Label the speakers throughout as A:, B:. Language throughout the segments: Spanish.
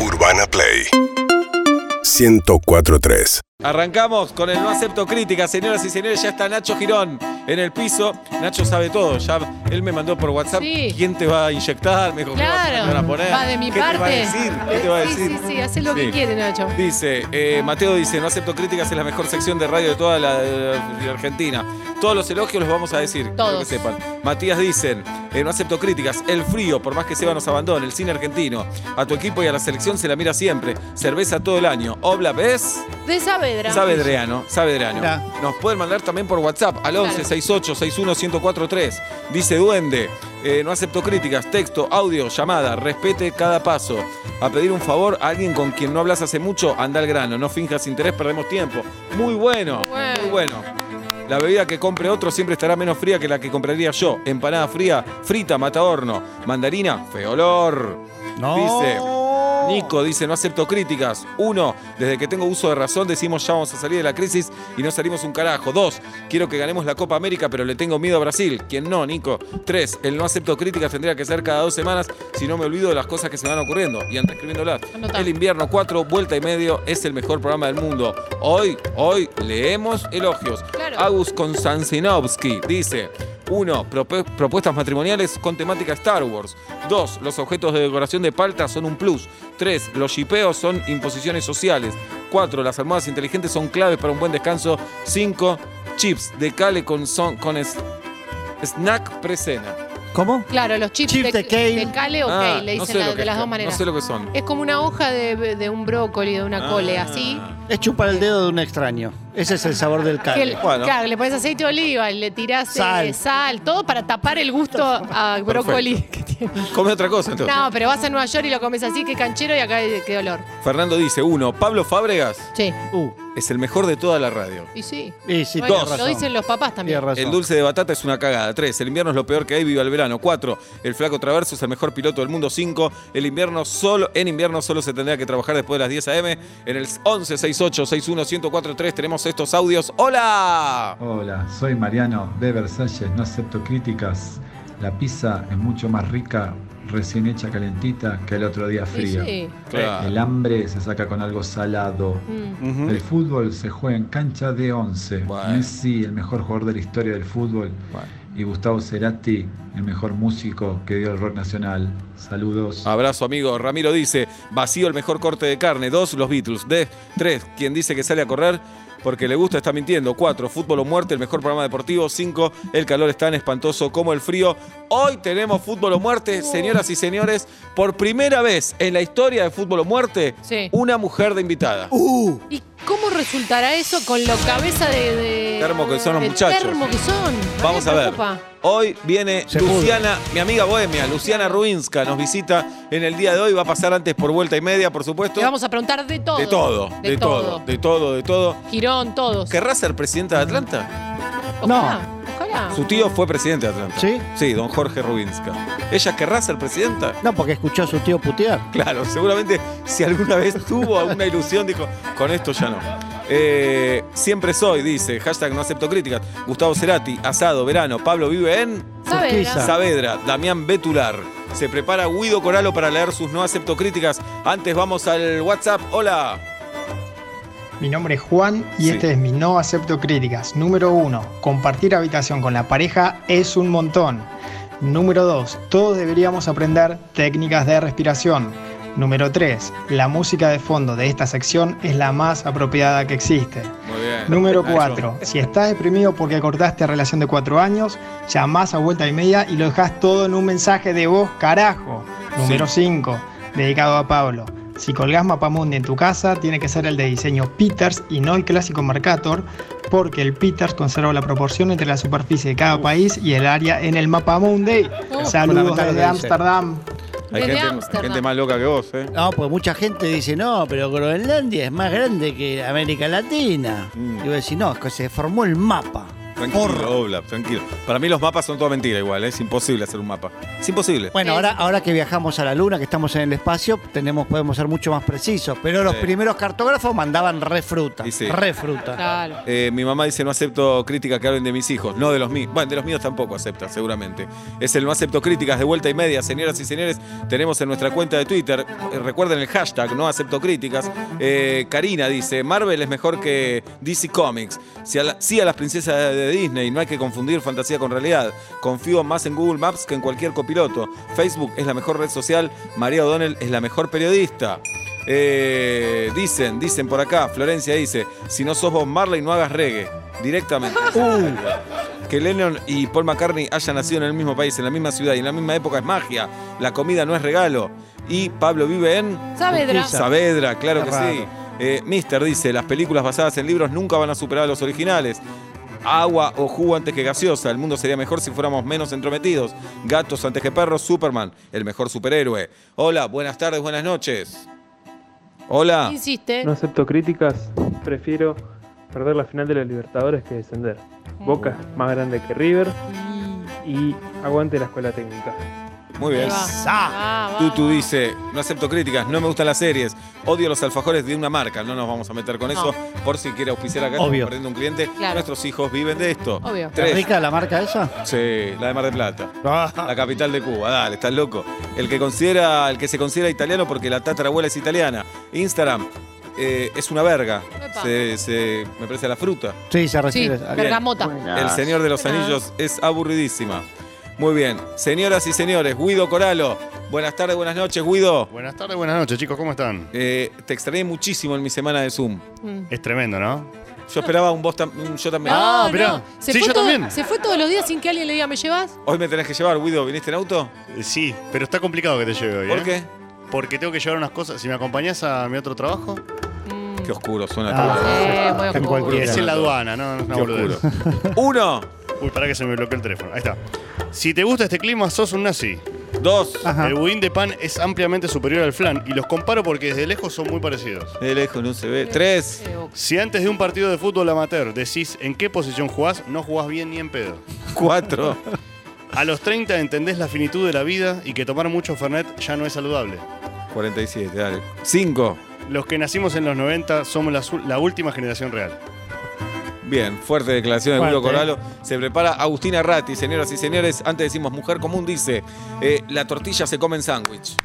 A: Urbana Play 1043.
B: Arrancamos con el no acepto críticas, señoras y señores. Ya está Nacho Girón en el piso. Nacho sabe todo. Ya él me mandó por WhatsApp
C: Sí.
B: quién te va a inyectar, me dijo qué va-
C: Claro,
B: me van a poner.
C: va de mi
B: ¿Qué
C: parte.
B: Te va a decir? ¿Qué te va a decir?
C: Sí, sí, sí, hace lo
B: Sí.
C: que quiere, Nacho.
B: Dice, eh, Mateo dice, no acepto críticas, es la mejor sección de radio de toda la, de la Argentina. Todos los elogios los vamos a decir, quiero
C: Todos.
B: que sepan. Matías dicen, eh, no acepto críticas, el frío, por más que Seba nos abandone, el cine argentino. A tu equipo y a la selección se la mira siempre. Cerveza todo el año. Obla, ¿ves?
C: De Saavedra.
B: Sabedreano, Sabedreano.
D: Mirá.
B: Nos pueden mandar también por WhatsApp al
C: Claro.
B: 11 68 61 1043. Dice Duende, eh, no acepto críticas, texto, audio, llamada, respete cada paso. A pedir un favor a alguien con quien no hablas hace mucho, anda al grano, no finjas interés, perdemos tiempo. Muy bueno,
C: Bueno.
B: muy bueno. La bebida que compre otro siempre estará menos fría que la que compraría yo. Empanada fría, frita, matahorno. Mandarina, feo olor. Dice, Nico dice, no acepto críticas. Uno, desde que tengo uso de razón decimos ya vamos a salir de la crisis y no salimos un carajo. Dos, quiero que ganemos la Copa América, pero le tengo miedo a Brasil. Quien no, Nico. Tres, el no acepto críticas tendría que ser cada dos semanas si no me olvido de las cosas que se me van ocurriendo y ando escribiéndolas.
C: Anotá.
B: El invierno cuatro, vuelta y medio, es el mejor programa del mundo. Hoy, hoy, leemos elogios.
C: Claro.
B: Agus Konstantinovsky dice. Uno, propu- Propuestas matrimoniales con temática Star Wars. Dos, Los objetos de decoración de palta son un plus. Tres, Los shipeos son imposiciones sociales. Cuatro, Las almohadas inteligentes son claves para un buen descanso. Cinco, Chips de Cale con, son- con es- snack presena.
D: ¿Cómo?
C: Claro, los chips,
D: Chips de kale.
C: kale o
B: Ah,
C: kale, le
B: no
C: dicen
B: sé
C: la-
B: lo que
C: de
B: es
C: las
B: kale,
C: dos maneras.
B: No sé lo que son.
C: Es como una hoja de, de un brócoli, de una cole,
B: Ah.
C: así.
D: Es chupar el dedo de un extraño. Ese es el sabor del
C: Que
D: cale.
C: le-
B: Bueno.
C: Claro, le pones aceite de oliva, le tirás eh,
D: Sal.
C: sal. todo para tapar el gusto a brócoli que tiene.
B: Come otra cosa entonces.
C: No, pero vas a Nueva York y lo comes así, qué canchero, y acá eh, qué olor.
B: Fernando dice, uno, Pablo Fábregas
C: Sí,
D: Uh,
B: es el mejor de toda la radio.
C: y sí.
D: y sí,
C: Bueno,
D: tienes
C: lo
D: razón.
C: dicen los papás también.
D: Tienes razón.
B: El dulce de batata es una cagada. 3. El invierno es lo peor que hay, viva el verano. 4. El flaco traverso es el mejor piloto del mundo. 5. El invierno solo, en invierno solo se tendrá que trabajar después de las 10 a.m. En el 11 68 61 1043 tenemos estos audios. ¡Hola!
E: Hola, soy Mariano de Versalles, no acepto críticas. La pizza es mucho más rica recién hecha calentita que el otro día
C: Y
E: fría.
C: sí.
E: El hambre se saca con algo salado.
C: Mm.
B: Ujú.
E: El fútbol se juega en cancha de 11.
B: Bueno.
E: Messi, el mejor jugador de la historia del fútbol.
B: Bueno.
E: Y Gustavo Cerati, el mejor músico que dio el rock nacional. Saludos.
B: Abrazo, amigo. Ramiro dice: vacío el mejor corte de carne. Dos, los Beatles. De, tres, quien dice que sale a correr porque le gusta está mintiendo. Cuatro, fútbol o muerte, el mejor programa deportivo. Cinco, el calor es tan espantoso como el frío. Hoy tenemos fútbol o muerte,
C: Uh.
B: señoras y señores. Por primera vez en la historia de fútbol o muerte,
C: Sí.
B: una mujer de invitada.
D: Uh,
C: ¿Y cómo resultará eso con la cabeza de. de
B: Termo que son los
C: de
B: muchachos.
C: termo que son.
B: Vamos
C: Me
B: a ver.
C: preocupa.
B: Hoy viene
D: Se pudre.
B: Luciana, mi amiga bohemia, Luciana Ruinska, nos visita en el día de hoy. Va a pasar antes por vuelta y media, por supuesto.
C: Le vamos a preguntar de todo.
B: de todo, de todo, de todo, de todo.
C: Girón, todos.
B: ¿Querrá ser presidenta de Atlanta?
C: Ojalá. Ojalá.
B: Su tío fue presidente de Atlanta.
D: ¿Sí?
B: Sí, don Jorge Rubinska. ¿Ella querrá ser presidenta?
D: no, porque escuchó a su tío putear.
B: Claro, seguramente si alguna vez tuvo alguna ilusión, dijo, con esto ya no. Eh, siempre soy, dice, hashtag no acepto críticas. Gustavo Cerati, Asado, Verano, Pablo vive en
C: Saavedra.
D: Urquiza.
B: Saavedra, Damián Betular. Se prepara Guido Coralo para leer sus no acepto críticas. Antes vamos al WhatsApp. Hola.
F: Mi nombre es Juan y
B: Sí.
F: este es mi no acepto críticas. Número 1. Compartir habitación con la pareja es un montón. Número 2. Todos deberíamos aprender técnicas de respiración. Número 3. La música de fondo de esta sección es la más apropiada que existe.
B: Muy bien.
F: Número
B: Nacho.
F: 4. Si estás deprimido porque cortaste relación de 4 años, llamás a vuelta y media y lo dejas todo en un mensaje de voz, carajo. Número 5. Dedicado a Pablo. Si colgás Mapamundi en tu casa, tiene que ser el de diseño Peters y no el clásico Mercator, porque el Peters conserva la proporción entre la superficie de cada país y el área en el Mapamundi.
C: Oh.
F: Saludos
D: Fundamental lo que
F: desde
D: dice.
F: Ámsterdam.
B: Hay
C: Desde
B: gente,
C: Ámsterdam.
B: gente más loca que vos, ¿eh?
D: No, pues mucha gente dice, no, pero Groenlandia es más grande que América Latina.
B: Mm.
D: Y vos decís, no, es que se formó el mapa.
B: Tranquilo,
D: Porro.
B: Oblap, tranquilo. Para mí los mapas son toda mentira igual, ¿eh? es imposible hacer un mapa. Es imposible.
D: Bueno,
C: Sí,
D: ahora,
C: sí, sí.
D: ahora que viajamos a la Luna, que estamos en el espacio, tenemos, podemos ser mucho más precisos. Pero los
B: Sí.
D: primeros cartógrafos mandaban re fruta.
B: Y sí.
D: Re fruta.
C: Claro.
B: Eh, mi mamá dice no acepto críticas que hablen de mis hijos, no de los míos. Bueno, de los míos tampoco acepta, seguramente. Es el no acepto críticas de vuelta y media, señoras y señores. Tenemos en nuestra cuenta de Twitter, eh, recuerden el hashtag no acepto críticas. Eh, Karina dice, Marvel es mejor que DC Comics. Si a la- sí a las princesas de- de Disney, no hay que confundir fantasía con realidad. Confío más en Google Maps que en cualquier copiloto. Facebook es la mejor red social, María O'Donnell es la mejor periodista. Eh, dicen, dicen por acá, Florencia dice, si no sos Bob Marley no hagas reggae, directamente. Que Lennon y Paul McCartney hayan nacido en el mismo país, en la misma ciudad y en la misma época es magia. La comida no es regalo. Y Pablo vive en
C: Saavedra.
B: Saavedra, claro
D: Qué
B: que
D: raro.
B: sí. Eh, Mister dice, las películas basadas en libros nunca van a superar a los originales. Agua o jugo antes que gaseosa. El mundo sería mejor si fuéramos menos entrometidos. Gatos antes que perros. Superman, el mejor superhéroe. Hola, buenas tardes, buenas noches. Hola.
C: Insiste.
A: No acepto críticas, prefiero perder la final de la Libertadores que descender. Boca es más grande que River y aguante la escuela técnica.
B: Muy bien.
C: Ah,
B: Tutu dice, no acepto críticas, no me gustan las series, odio los alfajores de una marca, no nos vamos a meter con eso, por si quiere auspiciar acá, estamos
D: Obvio.
B: perdiendo un cliente,
C: Claro.
B: nuestros hijos viven de esto.
C: Obvio.
D: ¿Es
B: Tres.
D: rica la marca esa?
B: Sí, la de Mar del Plata. La capital de Cuba, dale, estás loco. El que considera, el que se considera italiano porque la tatarabuela es italiana. Instagram eh, es una verga.
C: Epa.
B: Se- se- me parece la fruta.
D: Sí, se
C: Sí,
D: refiere. a-
C: bergamota.
B: El Señor de los Anillos es aburridísima. Muy bien. Señoras y señores, Guido Coralo. Buenas tardes, buenas noches, Guido.
G: Buenas tardes, buenas noches, chicos, ¿cómo están?
B: Eh, te extrañé muchísimo en mi semana de Zoom.
C: Mm.
G: Es tremendo, ¿no?
B: Yo esperaba un vos tam- un yo también.
G: Ah, mirá.
C: Se,
G: Sí,
C: fue
G: yo
C: todo-
G: también.
C: se fue todos los días sin que alguien le diga, ¿me llevas?
B: Hoy me tenés que llevar, Guido. ¿Viniste en auto?
G: Eh, Sí, pero está complicado que te lleve hoy.
B: ¿Por
G: ¿eh?
B: qué?
G: Porque tengo que llevar unas cosas. Si me acompañás a mi otro trabajo,
C: Mm.
B: Qué oscuro suena
D: Ah,
B: todo.
C: Eh, muy
D: Está en
C: oscuro.
G: y
D: cualquier
G: es
D: lugar.
G: en la aduana, no, no, no
B: Qué
G: boludez.
B: oscuro. Uno,
G: Uy, pará que se me bloqueó el teléfono. Ahí está. Si te gusta este clima, sos un nazi.
B: dos.
D: Ajá.
G: El budín de pan es ampliamente superior al flan y los comparo porque desde lejos son muy parecidos.
B: De lejos no se ve. Tres.
C: Eh, ok.
G: Si antes de un partido de fútbol amateur decís en qué posición jugás, no jugás bien ni en pedo.
B: Cuatro.
G: A los 30 entendés la finitud de la vida y que tomar mucho Fernet ya no es saludable.
B: 47, dale. Cinco.
G: Los que nacimos en los 90 somos la, su- la última generación real.
B: Bien, fuerte declaración de Guido
D: Fuerte,
B: Coralo. Se prepara Agustina Ratti, señoras y señores. Antes decimos, mujer común dice, eh, la tortilla se come en sándwich.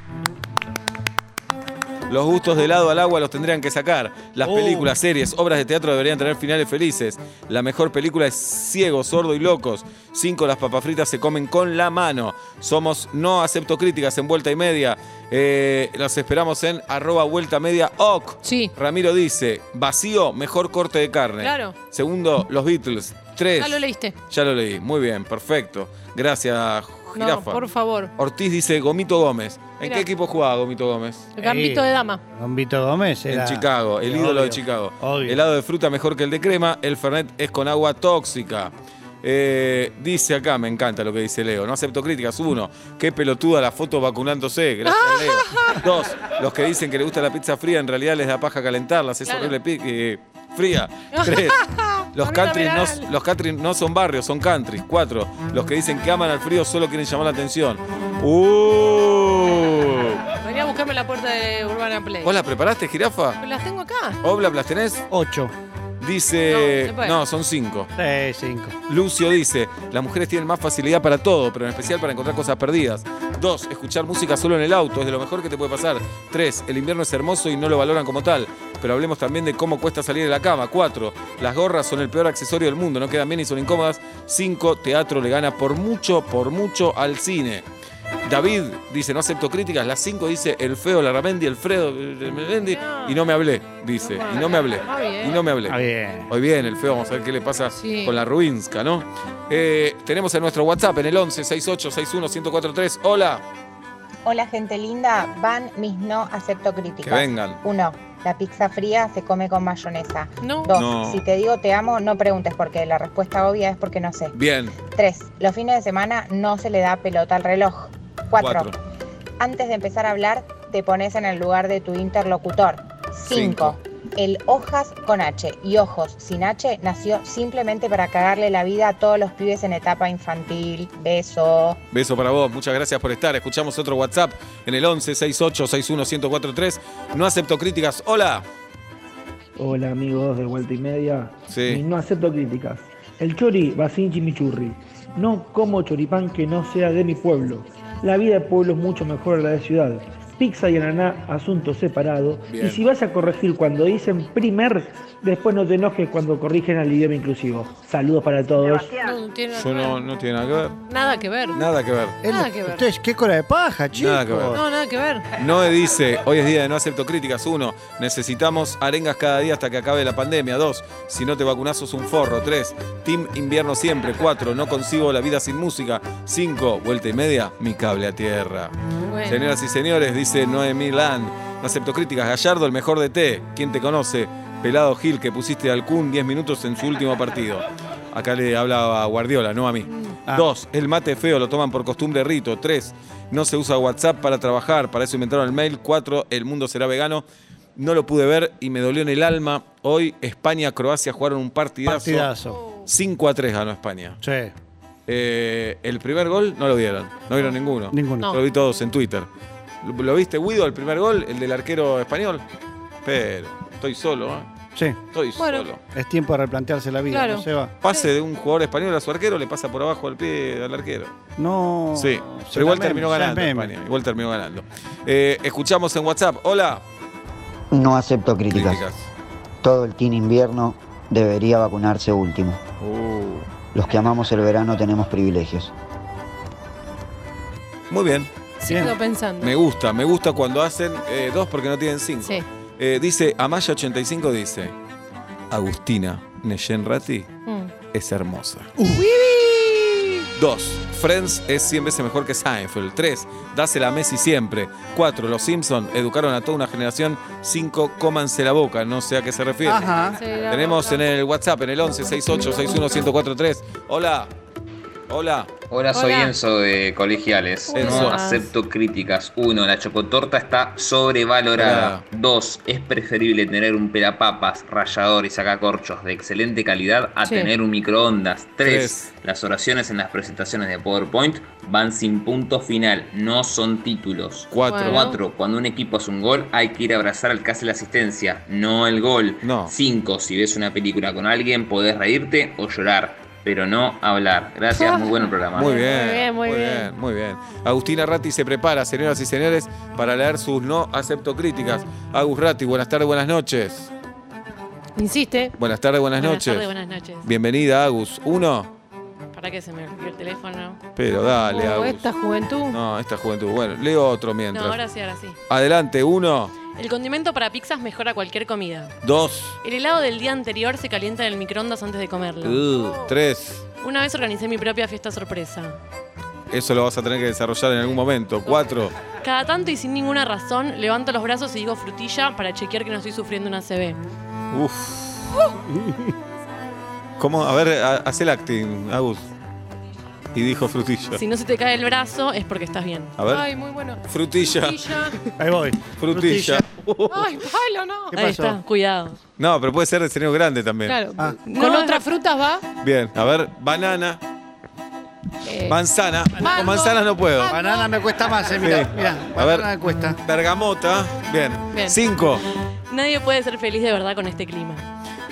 B: Los gustos de lado al agua los tendrían que sacar. Las películas, series, obras de teatro deberían tener finales felices. La mejor película es Ciego, Sordo y Locos. Cinco, las papas fritas se comen con la mano. Somos No Acepto Críticas en Vuelta y Media. Eh, los esperamos en arroba vuelta media oc.
C: Sí.
B: Ramiro dice, vacío, mejor corte de carne.
C: Claro.
B: Segundo, los Beatles. Tres.
C: Ya lo leíste.
B: Ya lo leí. Muy bien, perfecto. Gracias,
C: No,
B: Jirafa.
C: por favor.
B: Ortiz dice, Gomito Gómez. ¿En
C: Mirá.
B: qué equipo jugaba Gomito Gómez?
C: El gambito
D: Eh.
C: de dama.
D: Don Vito Gómez.
B: En
D: era-
B: Chicago, el ídolo de
D: Obvio,
B: Chicago.
D: obvio.
B: Helado de fruta mejor que el de crema. El Fernet es con agua tóxica. Eh, dice acá, me encanta lo que dice Leo. No acepto críticas. Uno, qué pelotuda la foto vacunándose. Gracias, Leo. Dos, los que dicen que le gusta la pizza fría en realidad les da paja calentarlas. Es
C: Claro.
B: horrible pi- eh, fría. Tres, los
C: Ahorita
B: country, no,
C: verán.
B: los country no son barrios, son country. Cuatro, los que dicen que aman al frío solo quieren llamar la atención. ¡Uh!
C: Venía a buscarme en la puerta de Urbana Play.
B: ¿Vos la preparaste, jirafa?
C: Pues Las tengo acá.
B: ¿Obla, las tenés?
D: Ocho.
B: Dice.
C: No, se puede.
B: No, son cinco.
D: Seis, cinco.
B: Lucio dice: Las mujeres tienen más facilidad para todo, pero en especial para encontrar cosas perdidas. Dos, escuchar música solo en el auto es de lo mejor que te puede pasar. Tres, el invierno es hermoso y no lo valoran como tal. Pero hablemos también de cómo cuesta salir de la cama. Cuatro, las gorras son el peor accesorio del mundo, no quedan bien y son incómodas. Cinco, teatro le gana por mucho, por mucho al cine. David dice, no acepto críticas. Las cinco dice, el feo, la Ramendi, el Fredo, el Melendi. Y no me hablé, dice. Y no me hablé.
C: Ah, bien.
B: Y no me hablé.
D: Ah, bien.
B: Hoy bien, el feo, vamos a ver qué le pasa
C: Sí.
B: con la Rubinska, ¿no? Eh, tenemos en nuestro WhatsApp en el 11 68 61 1043. Hola,
H: Hola gente linda, van mis no acepto
B: que
H: críticas.
B: vengan.
H: Uno, la pizza fría se come con mayonesa.
C: No.
H: Dos,
B: No.
H: si te digo te amo, no preguntes porque la respuesta obvia es porque no sé.
B: Bien,
H: Tres, los fines de semana no se le da pelota al reloj. Cuatro,
B: cuatro.
H: antes de empezar a hablar, te pones en el lugar de tu interlocutor. Cinco, El Hojas con H y Ojos sin H nació simplemente para cagarle la vida a todos los pibes en etapa infantil. Beso.
B: Beso para vos, muchas gracias por estar. Escuchamos otro WhatsApp en el 11 68 61 1043. No acepto críticas. Hola.
I: Hola amigos de Vuelta y Media.
B: Sí.
I: Y no acepto críticas. El chori va sin chimichurri. No como choripán que no sea de mi pueblo. La vida de pueblo es mucho mejor a la de ciudad. Pizza y ananá, asunto separado.
B: Bien.
I: Y si vas a corregir cuando dicen primer, después no te enojes cuando corrigen al idioma inclusivo. Saludos para todos.
C: No, no tiene
B: Yo
C: nada que
B: no,
C: ver.
B: no tiene nada que ver.
C: Nada que ver.
B: Nada que ver.
C: Nada
D: Es-
C: que ver.
D: Ustedes, qué cola de paja, chicos.
B: Nada que ver.
C: No, nada que ver.
B: Noe dice, hoy es día de no acepto críticas. Uno, necesitamos arengas cada día hasta que acabe la pandemia. Dos, si no te vacunás sos un forro. Tres, Team Invierno siempre. Cuatro, no concibo la vida sin música. Cinco, vuelta y media, mi cable a tierra.
C: Bueno.
B: Señoras y señores, dice Noemí Land, no acepto críticas. Gallardo, el mejor de té. ¿Quién te conoce? Pelado Gil, que pusiste al Kun 10 minutos en su último partido. Acá le hablaba a Guardiola, no a mí.
D: Ah.
B: Dos, el mate feo lo toman por costumbre rito. Tres, no se usa WhatsApp para trabajar, para eso inventaron el mail. Cuatro, el mundo será vegano. No lo pude ver y me dolió en el alma. Hoy España, Croacia jugaron un partidazo.
D: Partidazo.
B: 5 a 3 ganó España.
D: Sí,
B: Eh, el primer gol no lo vieron, no vieron ninguno.
D: ninguno.
C: No.
B: Lo vi todos en Twitter. ¿Lo, lo viste, Guido, el primer gol, el del arquero español? Pero, estoy solo, ¿eh?
D: Sí,
B: Estoy
C: Bueno.
B: solo.
D: es tiempo de replantearse la vida,
C: Claro.
D: no se va.
B: Pase de un jugador español a su arquero, le pasa por abajo al pie al arquero.
D: No.
B: sí,
D: se
B: pero igual
D: la
B: terminó
D: meme, se la
B: ganando.
D: meme.
B: España, igual terminó ganando. Eh, escuchamos en WhatsApp. Hola.
J: No acepto críticas.
B: Críticas.
J: Todo el team invierno debería vacunarse último.
B: Uh,
J: Los que amamos el verano tenemos privilegios.
B: Muy bien.
C: Sí,
D: Bien.
C: quedo pensando.
B: Me gusta, me gusta cuando hacen eh, dos porque no tienen cinco.
C: Sí.
B: Eh, dice, Amaya85 dice, Agustina Neyen Rati
C: Mm.
B: es hermosa.
C: Uh.
B: Dos, Friends es 100 veces mejor que Seinfeld. Tres, Dásela a Messi siempre. Cuatro, Los Simpson educaron a toda una generación. Cinco, Cómanse la boca, no sé a qué se refiere.
D: Ajá.
C: Sí, la
B: Ah, Tenemos
C: boca.
B: en el WhatsApp, en el 11 68 61 1043. Hola, hola.
K: Hola, soy
C: Hola.
K: Enzo de Colegiales.
B: Enzo.
K: No acepto críticas. Uno, la chocotorta está sobrevalorada.
B: Ah.
K: Dos, es preferible tener un pelapapas, rallador y sacacorchos de excelente calidad a
C: Sí.
K: tener un microondas. Tres,
B: Tres.
K: las oraciones en las presentaciones de PowerPoint van sin punto final, no son títulos.
B: Cuatro.
C: Bueno.
K: Cuatro, Cuando un equipo hace un gol, hay que ir a abrazar al que hace la asistencia, no el gol.
B: No.
K: Cinco, Si ves una película con alguien, podés reírte o llorar, pero no hablar. Gracias, muy buen programa.
B: Muy
C: Muy
B: bien,
C: bien, muy
B: muy
C: bien.
B: bien, muy bien. Agustina Ratti se prepara, señoras y señores, para leer sus no acepto críticas. Agus Ratti, buenas tardes, buenas noches.
C: Insiste.
B: Buenas tardes, buenas, noches.
C: tardes, buenas noches.
B: Bienvenida, Agus. Uno,
C: Para que se me olvide el teléfono.
B: pero dale,
C: Oh,
B: Agus.
C: esta juventud.
B: No, esta juventud. Bueno, leo otro
C: No,
B: mientras.
C: ahora sí, ahora sí.
B: Adelante, uno,
C: El condimento para pizzas mejora cualquier comida.
B: dos,
C: El helado del día anterior se calienta en el microondas antes de comerlo.
B: uh, tres.
C: Una vez organicé mi propia fiesta sorpresa.
B: Eso lo vas a tener que desarrollar en algún momento. Cuatro,
C: Cada tanto y sin ninguna razón, levanto los brazos y digo frutilla para chequear que no estoy sufriendo una CB.
B: uff. ¿Cómo? A ver, ha- haz el acting, Agus. Y dijo frutilla.
C: Si no se te cae el brazo, es porque estás bien.
B: A ver.
C: Ay, muy bueno.
B: Frutilla.
C: Frutilla.
D: Ahí voy.
B: Frutilla.
C: Ay, palo, no.
D: ¿Qué
C: Ahí
D: pasó?
C: está, cuidado.
B: No, pero puede ser de cerebro grande también.
C: Claro.
D: Ah.
C: ¿Con otras frutas va?
B: Bien, a ver, banana, manzana.
C: Eh. mango,
B: Con manzanas no puedo.
D: Banana me cuesta más, eh, mirá.
B: Sí.
D: mirá,
B: A
D: banana
B: ver.
D: me cuesta.
B: Bergamota, bien.
C: Bien.
B: Cinco.
C: Nadie puede ser feliz de verdad con este clima.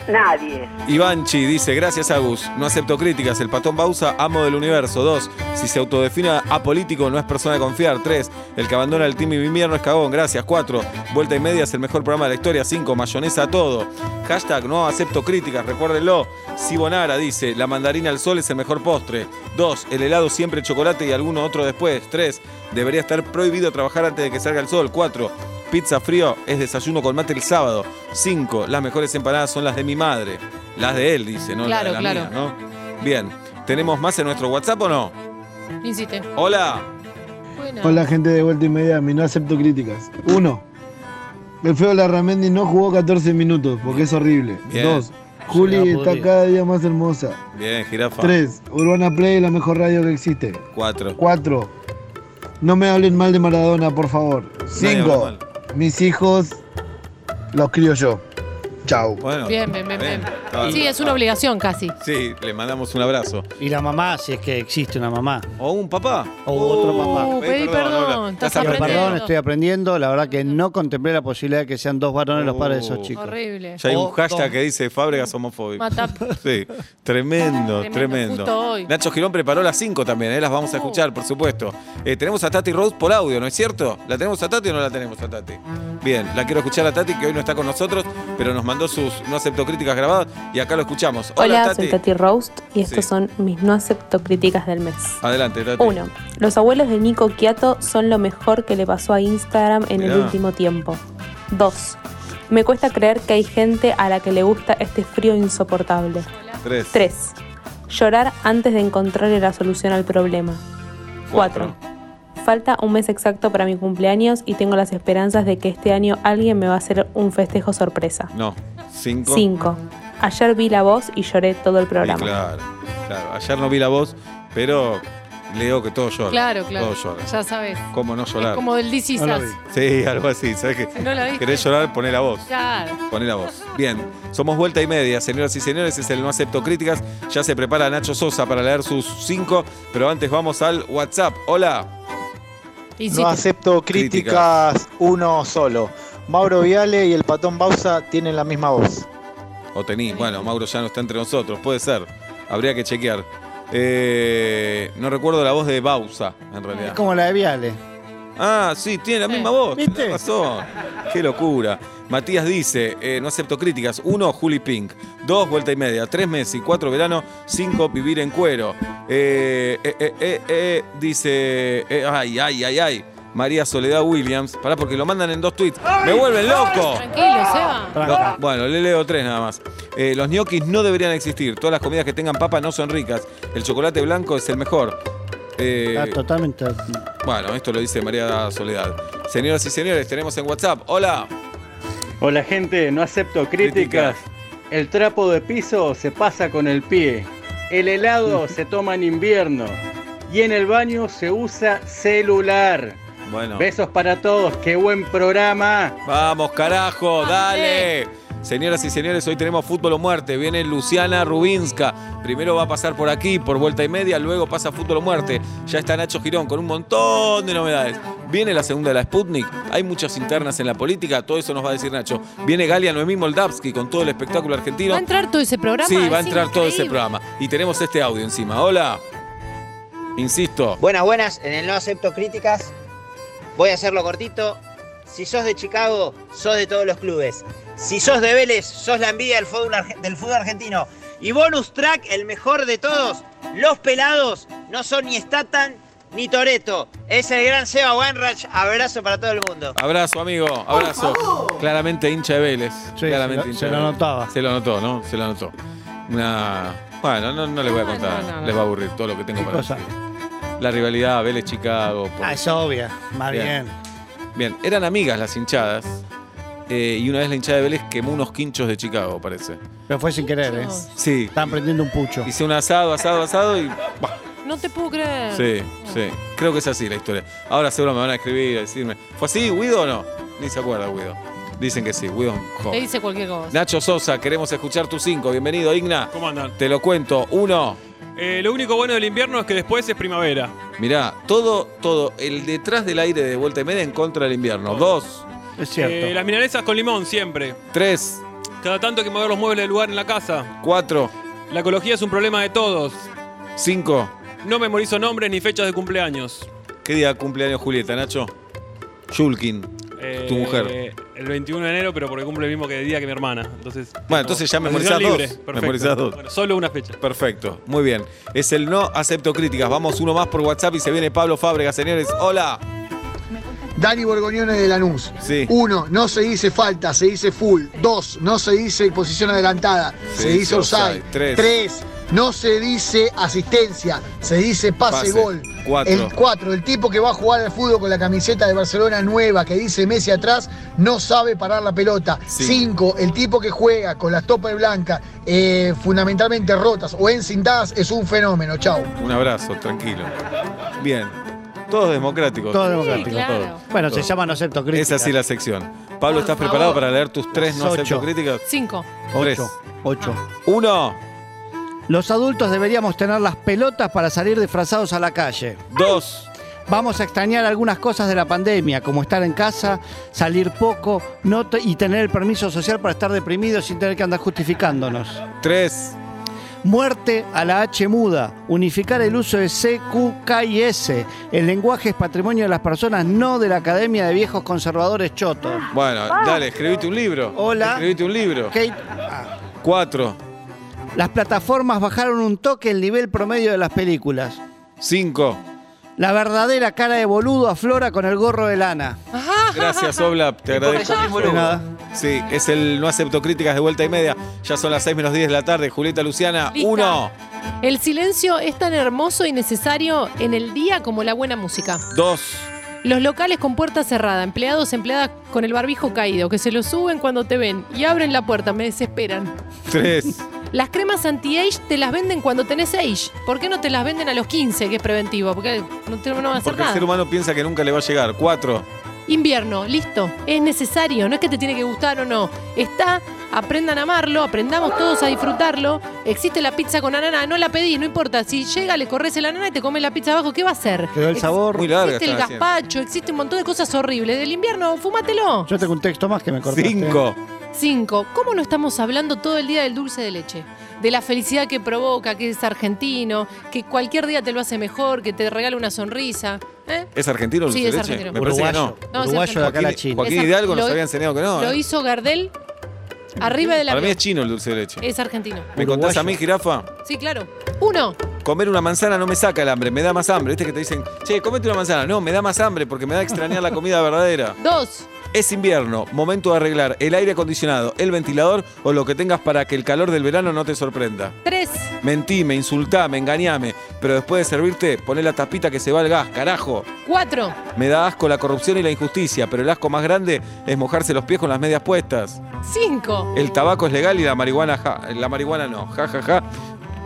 L: Nadie.
B: Ivanchi dice, gracias Agus, no acepto críticas, el patón Bausa, amo del universo. Dos, si se autodefine apolítico no es persona de confiar. Tres, el que abandona el team invierno es cagón, gracias. Cuatro, vuelta y media es el mejor programa de la historia. Cinco, mayonesa a todo. Hashtag no acepto críticas, recuérdenlo. Sibonara dice, la mandarina al sol es el mejor postre. Dos, el helado siempre chocolate y alguno otro después. Tres, debería estar prohibido trabajar antes de que salga el sol. Cuatro, pizza frío es desayuno con mate el sábado. Cinco, las mejores empanadas son las de mi madre. Las de él, dice, ¿no?
C: Claro,
B: la, de la
C: claro.
B: mía, ¿no? Bien. ¿Tenemos más en nuestro WhatsApp o no?
C: Insiste.
B: Hola.
L: Hola gente de Vuelta y Media, mi no acepto críticas. Uno, el feo Larramendi no jugó 14 minutos porque es horrible.
B: Bien.
L: Dos,
D: Se
L: Juli
D: la
L: está
D: podría.
L: cada día más hermosa.
B: Bien, jirafa.
L: Tres, Urbana Play es la mejor radio que existe.
B: Cuatro.
L: Cuatro, no me hablen mal de Maradona, por favor.
B: Nadie habla
L: Cinco,
B: mal.
L: mis hijos los crío yo.
F: Chau.
B: Bueno,
C: Bien, bien, bien, bien.
B: está bien. Ah.
C: Sí, es una obligación casi.
B: Sí, le mandamos un abrazo.
M: Y la mamá, si es que existe una mamá.
B: O un papá. Oh,
M: O otro papá.
C: Uh, pedí perdón,
B: Lola.
C: estás
M: Pido
C: aprendiendo.
M: perdón, estoy aprendiendo. La verdad que no contemplé la posibilidad de que sean dos varones los padres de
B: Uh.
M: esos chicos.
C: Horrible.
B: Ya hay un
M: O
B: hashtag
M: dos.
B: que dice Fábregas homofóbico.
C: Mata-
B: Sí, tremendo,
C: Tremendo,
B: tremendo.
C: justo hoy. Uh.
B: Nacho Girón preparó las 5 también, ¿eh? las vamos a escuchar, por supuesto. Eh, tenemos a Tati Rose por audio, ¿no es cierto? ¿La tenemos a Tati o no la tenemos a Tati? Bien, la quiero escuchar a Tati, que hoy no está con nosotros, pero nos mandó sus No acepto críticas grabadas y acá lo escuchamos. Hola,
G: Hola,
B: Tati.
G: soy Tati Roast y estas
B: Sí.
G: son mis no acepto críticas del mes.
B: Adelante, Tati.
G: 1. Los abuelos de Nico Quiato son lo mejor que le pasó a Instagram en el
B: Mirá.
G: último tiempo. 2. Me cuesta creer que hay gente a la que le gusta este frío insoportable.
B: 3.
G: 3. Llorar antes de encontrarle la solución al problema. 4. Falta un mes exacto para mi cumpleaños y tengo las esperanzas de que este año alguien me va a hacer un festejo sorpresa.
B: No, 5.
G: 5. Ayer vi la voz y lloré todo el programa.
B: Claro, claro. Ayer no vi la voz, pero leo que todo llora.
C: Claro, claro.
B: Todo llora.
C: Ya sabes.
B: ¿Cómo no llorar?
C: Como del DC
B: No la
C: Sass.
B: Sí, algo así, ¿sabes qué?
C: Si no la viste.
B: ¿Querés llorar? Poné la voz.
C: Claro.
B: Poné la voz. Bien, somos vuelta y media, señoras y señores, es el No Acepto Críticas. Ya se prepara Nacho Sosa para leer sus cinco, pero antes vamos al WhatsApp. Hola.
E: No acepto críticas uno solo. Mauro Viale y el patón Bausa tienen la misma voz.
B: O tení, bueno, Mauro ya no está entre nosotros, puede ser. Habría que chequear. Eh, no recuerdo la voz de Bausa, en realidad.
M: Es como la de Viale.
B: Ah, sí, tiene la misma voz. ¿Viste? pasó? Qué locura. Matías dice, eh, no acepto críticas. Uno, Juli Pink. Dos, vuelta y media. Tres, Messi. Cuatro, verano. Cinco, vivir en cuero. Eh, eh, eh, eh, eh, dice, eh, ay, ay, ay, ay. María Soledad Williams. Pará, porque lo mandan en dos tweets. ¡Me vuelven loco!
C: Tranquilo, Seba.
B: No, bueno, le leo tres nada más. Eh, los ñoquis no deberían existir. Todas las comidas que tengan papa no son ricas. El chocolate blanco es el mejor. Eh,
M: Está totalmente.
B: bueno, esto lo dice María Soledad. Señoras y señores, tenemos en WhatsApp. Hola.
N: Hola gente, no acepto críticas. El trapo de piso se pasa con el pie. El helado se toma en invierno. Y en el baño se usa celular.
B: Bueno.
N: Besos para todos, qué buen programa.
B: Vamos, carajo, dale. Señoras y señores, hoy tenemos fútbol o muerte. Viene Luciana Rubinska. Primero va a pasar por aquí, por vuelta y media, luego pasa fútbol o muerte. Ya está Nacho Girón con un montón de novedades. Viene la segunda de la Sputnik. Hay muchas internas en la política, todo eso nos va a decir Nacho. Viene Galia Noemí Moldavsky con todo el espectáculo argentino.
C: ¿Va a entrar todo ese programa?
B: Sí, va a
C: Es
B: entrar todo ese
C: increíble.
B: programa. Y tenemos este audio encima. Hola. Insisto.
D: Buenas, buenas, en el no acepto críticas. Voy a hacerlo cortito. Si sos de Chicago, sos de todos los clubes. Si sos de Vélez, sos la envidia del fútbol, arge- del fútbol argentino. Y bonus track, el mejor de todos. Los pelados no son ni Statan ni Toreto. Es el gran Seba Weinreich. Abrazo para todo el mundo.
B: Abrazo, amigo. Abrazo. Claramente hincha de Vélez. Claramente
M: se lo-
B: hincha
M: se
B: de
M: lo
B: Vélez.
M: notaba.
B: Se lo notó, ¿no? Se lo notó. Una. Bueno, no, no les voy a contar.
M: no, no.
B: Les va a aburrir todo lo que tengo para
M: cosa?
B: decir. La rivalidad Vélez-Chicago. por-
M: Ah, es obvia. Más bien.
B: Bien, eran amigas las hinchadas. eh, y una vez la hinchada de Vélez quemó unos quinchos de Chicago, parece.
M: Pero fue sin querer, ¿eh?
B: Sí.
M: Están prendiendo un pucho.
B: Hice un asado, asado, asado y. bah,
C: No te puedo creer.
B: Sí, sí. Creo que es así la historia. Ahora seguro me van a escribir, a decirme. ¿Fue así, Guido o no? Ni se acuerda, Guido. Dicen que sí, Guido es un
C: Te
B: joven.
C: dice cualquier cosa.
B: Nacho Sosa, queremos escuchar tus cinco. Bienvenido, Igna.
I: ¿Cómo andan?
B: Te lo cuento. Uno,
I: Eh, lo único bueno del invierno es que después es primavera.
B: mirá, todo, todo, el detrás del aire de vuelta y media en contra del invierno. Dos,
M: es
I: Eh, las milanesas con limón siempre.
B: Tres,
I: Cada tanto hay que mover los muebles del lugar en la casa.
B: cuatro,
I: La ecología es un problema de todos.
B: cinco.
I: No memorizo nombres ni fechas de cumpleaños.
B: ¿Qué día cumple años Julieta, Nacho? Julkin,
I: Eh,
B: tu mujer.
I: El 21 de enero, pero porque cumple el mismo que el día que mi hermana. Entonces,
B: Bueno, entonces ya memorizás
I: Libre,
B: dos.
I: perfecto.
B: Memorizás dos.
I: Bueno, solo una fecha.
B: Perfecto, muy bien. Es el no acepto críticas. Vamos uno más por WhatsApp y se viene Pablo Fábregas, señores. Hola.
O: Dani Borgoñones de Lanús.
B: Sí.
E: Uh,
O: Uno, no se dice falta, se dice full. Dos, no se dice posición adelantada,
B: Se
O: se,
B: dice
O: dice offside.
B: offside. Tres.
O: no se dice asistencia, se dice pase,
B: Pase.
O: gol.
B: Cuatro.
O: El cuatro, el tipo que va a jugar al fútbol con la camiseta de Barcelona nueva que dice Messi atrás, no sabe parar la pelota.
B: Sí.
O: Cinco, el tipo que juega con las topas blancas, eh, fundamentalmente rotas o encintadas, es un fenómeno. Chau.
B: Un abrazo, tranquilo. Bien. Todos democráticos.
P: Todo democrático. Bueno, se llama no acepto críticas.
B: Es así la sección. Pablo, ¿estás preparado para leer tus tres no
P: Las
B: acepto
P: ocho.
B: críticas?
C: Cinco.
B: Tres.
P: Ocho. Ocho.
B: Uno,
P: Los adultos deberíamos tener las pelotas para salir disfrazados a la calle.
B: dos,
P: Vamos a extrañar algunas cosas de la pandemia, como estar en casa, salir poco no te- y tener el permiso social para estar deprimidos sin tener que andar justificándonos.
B: tres,
P: Muerte a la H muda. Unificar el uso de C, Q, K y S. El lenguaje es patrimonio de las personas, no de la Academia de Viejos Conservadores Chotos.
B: Bueno, dale, escribite un libro.
P: Hola.
B: Escribite un libro.
P: Kate,
B: Cuatro,
P: las plataformas bajaron un toque el nivel promedio de las películas.
B: cinco.
P: La verdadera cara de boludo aflora con el gorro de lana.
B: Gracias, Oblap. Te agradezco.
P: De nada.
B: Sí, es el No acepto críticas de vuelta y media. Ya son las 6 menos 10 de la tarde. Julieta Luciana,
C: Lista.
B: uno,
C: El silencio es tan hermoso y necesario en el día como la buena música.
B: dos,
C: Los locales con puerta cerrada, empleados, empleadas con el barbijo caído, que se lo suben cuando te ven y abren la puerta, me desesperan.
B: tres,
C: Las cremas anti-age te las venden cuando tenés age. ¿Por qué no te las venden a los 15, que es preventivo? Porque no, te, no van a hacer
B: Porque el
C: nada.
B: ser humano piensa que nunca le va a llegar. Cuatro,
C: Invierno, listo. Es necesario. No es que te tiene que gustar o no. Está, aprendan a amarlo, aprendamos todos a disfrutarlo. Existe la pizza con anana, no la pedís, no importa. Si llega, le corres el anana y te comes la pizza abajo, ¿qué va a hacer?
P: Quedó el sabor. Muy larga
C: Existe el
P: están haciendo.
C: gazpacho, existe un montón de cosas horribles. Del invierno, fumátelo.
P: Yo tengo un texto más que me cortaste.
B: cinco,
C: Cinco, ¿Cómo no estamos hablando todo el día del dulce de leche? De la felicidad que provoca, que es argentino, que cualquier día te lo hace mejor, que te regala una sonrisa. ¿eh?
B: ¿Es argentino el
C: Sí,
B: dulce
C: es
B: de leche?
C: argentino.
B: Me parece que no.
P: Uruguayo. No, es Uruguayo de acá a la
B: Joaquín-
P: China.
B: Joaquín
C: Es ar-
B: Hidalgo
C: lo-
B: nos había enseñado que no.
C: Lo
B: ¿eh?
C: hizo Gardel arriba de la
B: Para mí es chino el dulce de leche.
C: Es argentino.
B: ¿Me contás a mí, jirafa?
C: Sí, claro. Uno.
B: Comer una manzana no me saca el hambre, me da más hambre. Viste que te dicen, che, comete una manzana. No, me da más hambre porque me da extrañar la comida verdadera.
C: Dos.
B: Es invierno, momento de arreglar el aire acondicionado, el ventilador o lo que tengas para que el calor del verano no te sorprenda.
C: Tres.
B: Mentime, insultame, engañame, pero después de servirte, poné la tapita que se va al gas, carajo.
C: Cuatro.
B: Me da asco la corrupción y la injusticia, pero el asco más grande es mojarse los pies con las medias puestas.
C: Cinco.
B: El tabaco es legal y la marihuana, ja- la marihuana no. Ja, ja, ja.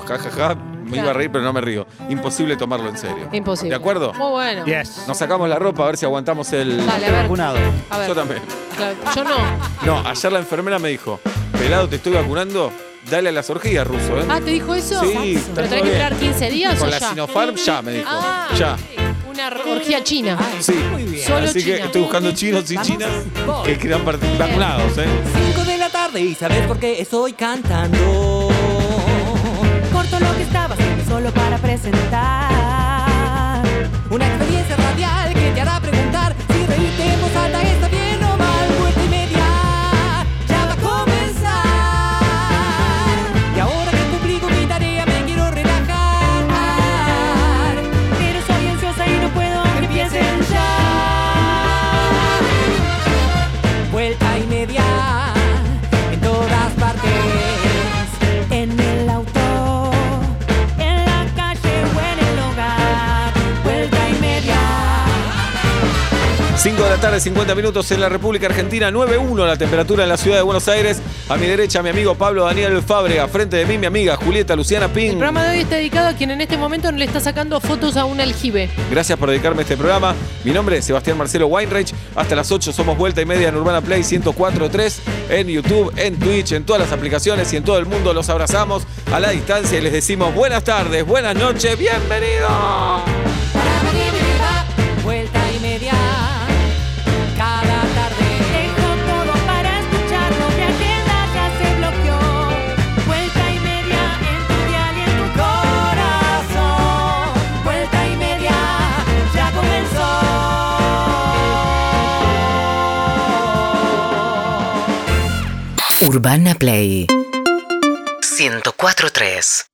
B: Ja, ja, ja. Me iba a reír, pero no me río. Imposible tomarlo en serio.
C: Imposible.
B: ¿De acuerdo?
C: Muy bueno.
B: Nos sacamos la ropa a ver si aguantamos el.
C: Dale, a ver.
P: Vacunado.
C: A ver.
B: Yo también.
C: Claro, Yo no.
B: No, ayer la enfermera me dijo: Pelado, te estoy vacunando, dale a las orgías, ruso, ¿eh?
C: Ah, ¿te dijo eso?
B: Sí, está
C: ¿Pero
B: todo
C: tenés que
B: bien.
C: esperar 15 días
B: Con
C: o
B: la
C: ya?
B: Sinopharm ya, me dijo.
C: Ah.
B: ya.
C: Una orgía china.
B: Sí.
C: Solo
B: Así que
C: China.
B: estoy buscando chinos y chinas que quedan part- vacunados, ¿eh?
D: 5 de la tarde y sabes por qué estoy cantando. Corto lo que estaba haciendo solo para presentar una experiencia radial que te hará preguntar si reírte en voz alta está bien o mal. Vuelta y media ya va a comenzar. Y ahora que cumplí con mi tarea me quiero relajar. Pero soy ansiosa y no puedo que empiecen ya vuelta y media en todas partes, en el auto, en la calle o en el hogar, vuelta y media.
B: 5 de la tarde, 50 minutos en la República Argentina, 9-1 la temperatura en la ciudad de Buenos Aires. A mi derecha, mi amigo Pablo Daniel Fábrega. Frente de mí, mi amiga Julieta Luciana
C: El
B: Ping.
C: programa de hoy está dedicado a quien en este momento no le está sacando fotos a un aljibe.
B: Gracias por dedicarme a este programa. Mi nombre es Sebastián Marcelo Weinreich. Hasta las 8 somos vuelta y media en Urbana Play 104.3, en YouTube, en Twitch, en todas las aplicaciones y en todo el mundo. Los abrazamos a la distancia y les decimos buenas tardes, buenas noches, bienvenidos.
D: Vuelta y media, cada tarde. Dejo todo para escuchar lo que agenda ya se bloqueó. Vuelta y media en tu dial y en tu corazón. Vuelta y media, ya comenzó.
Q: Urbana Play 104.3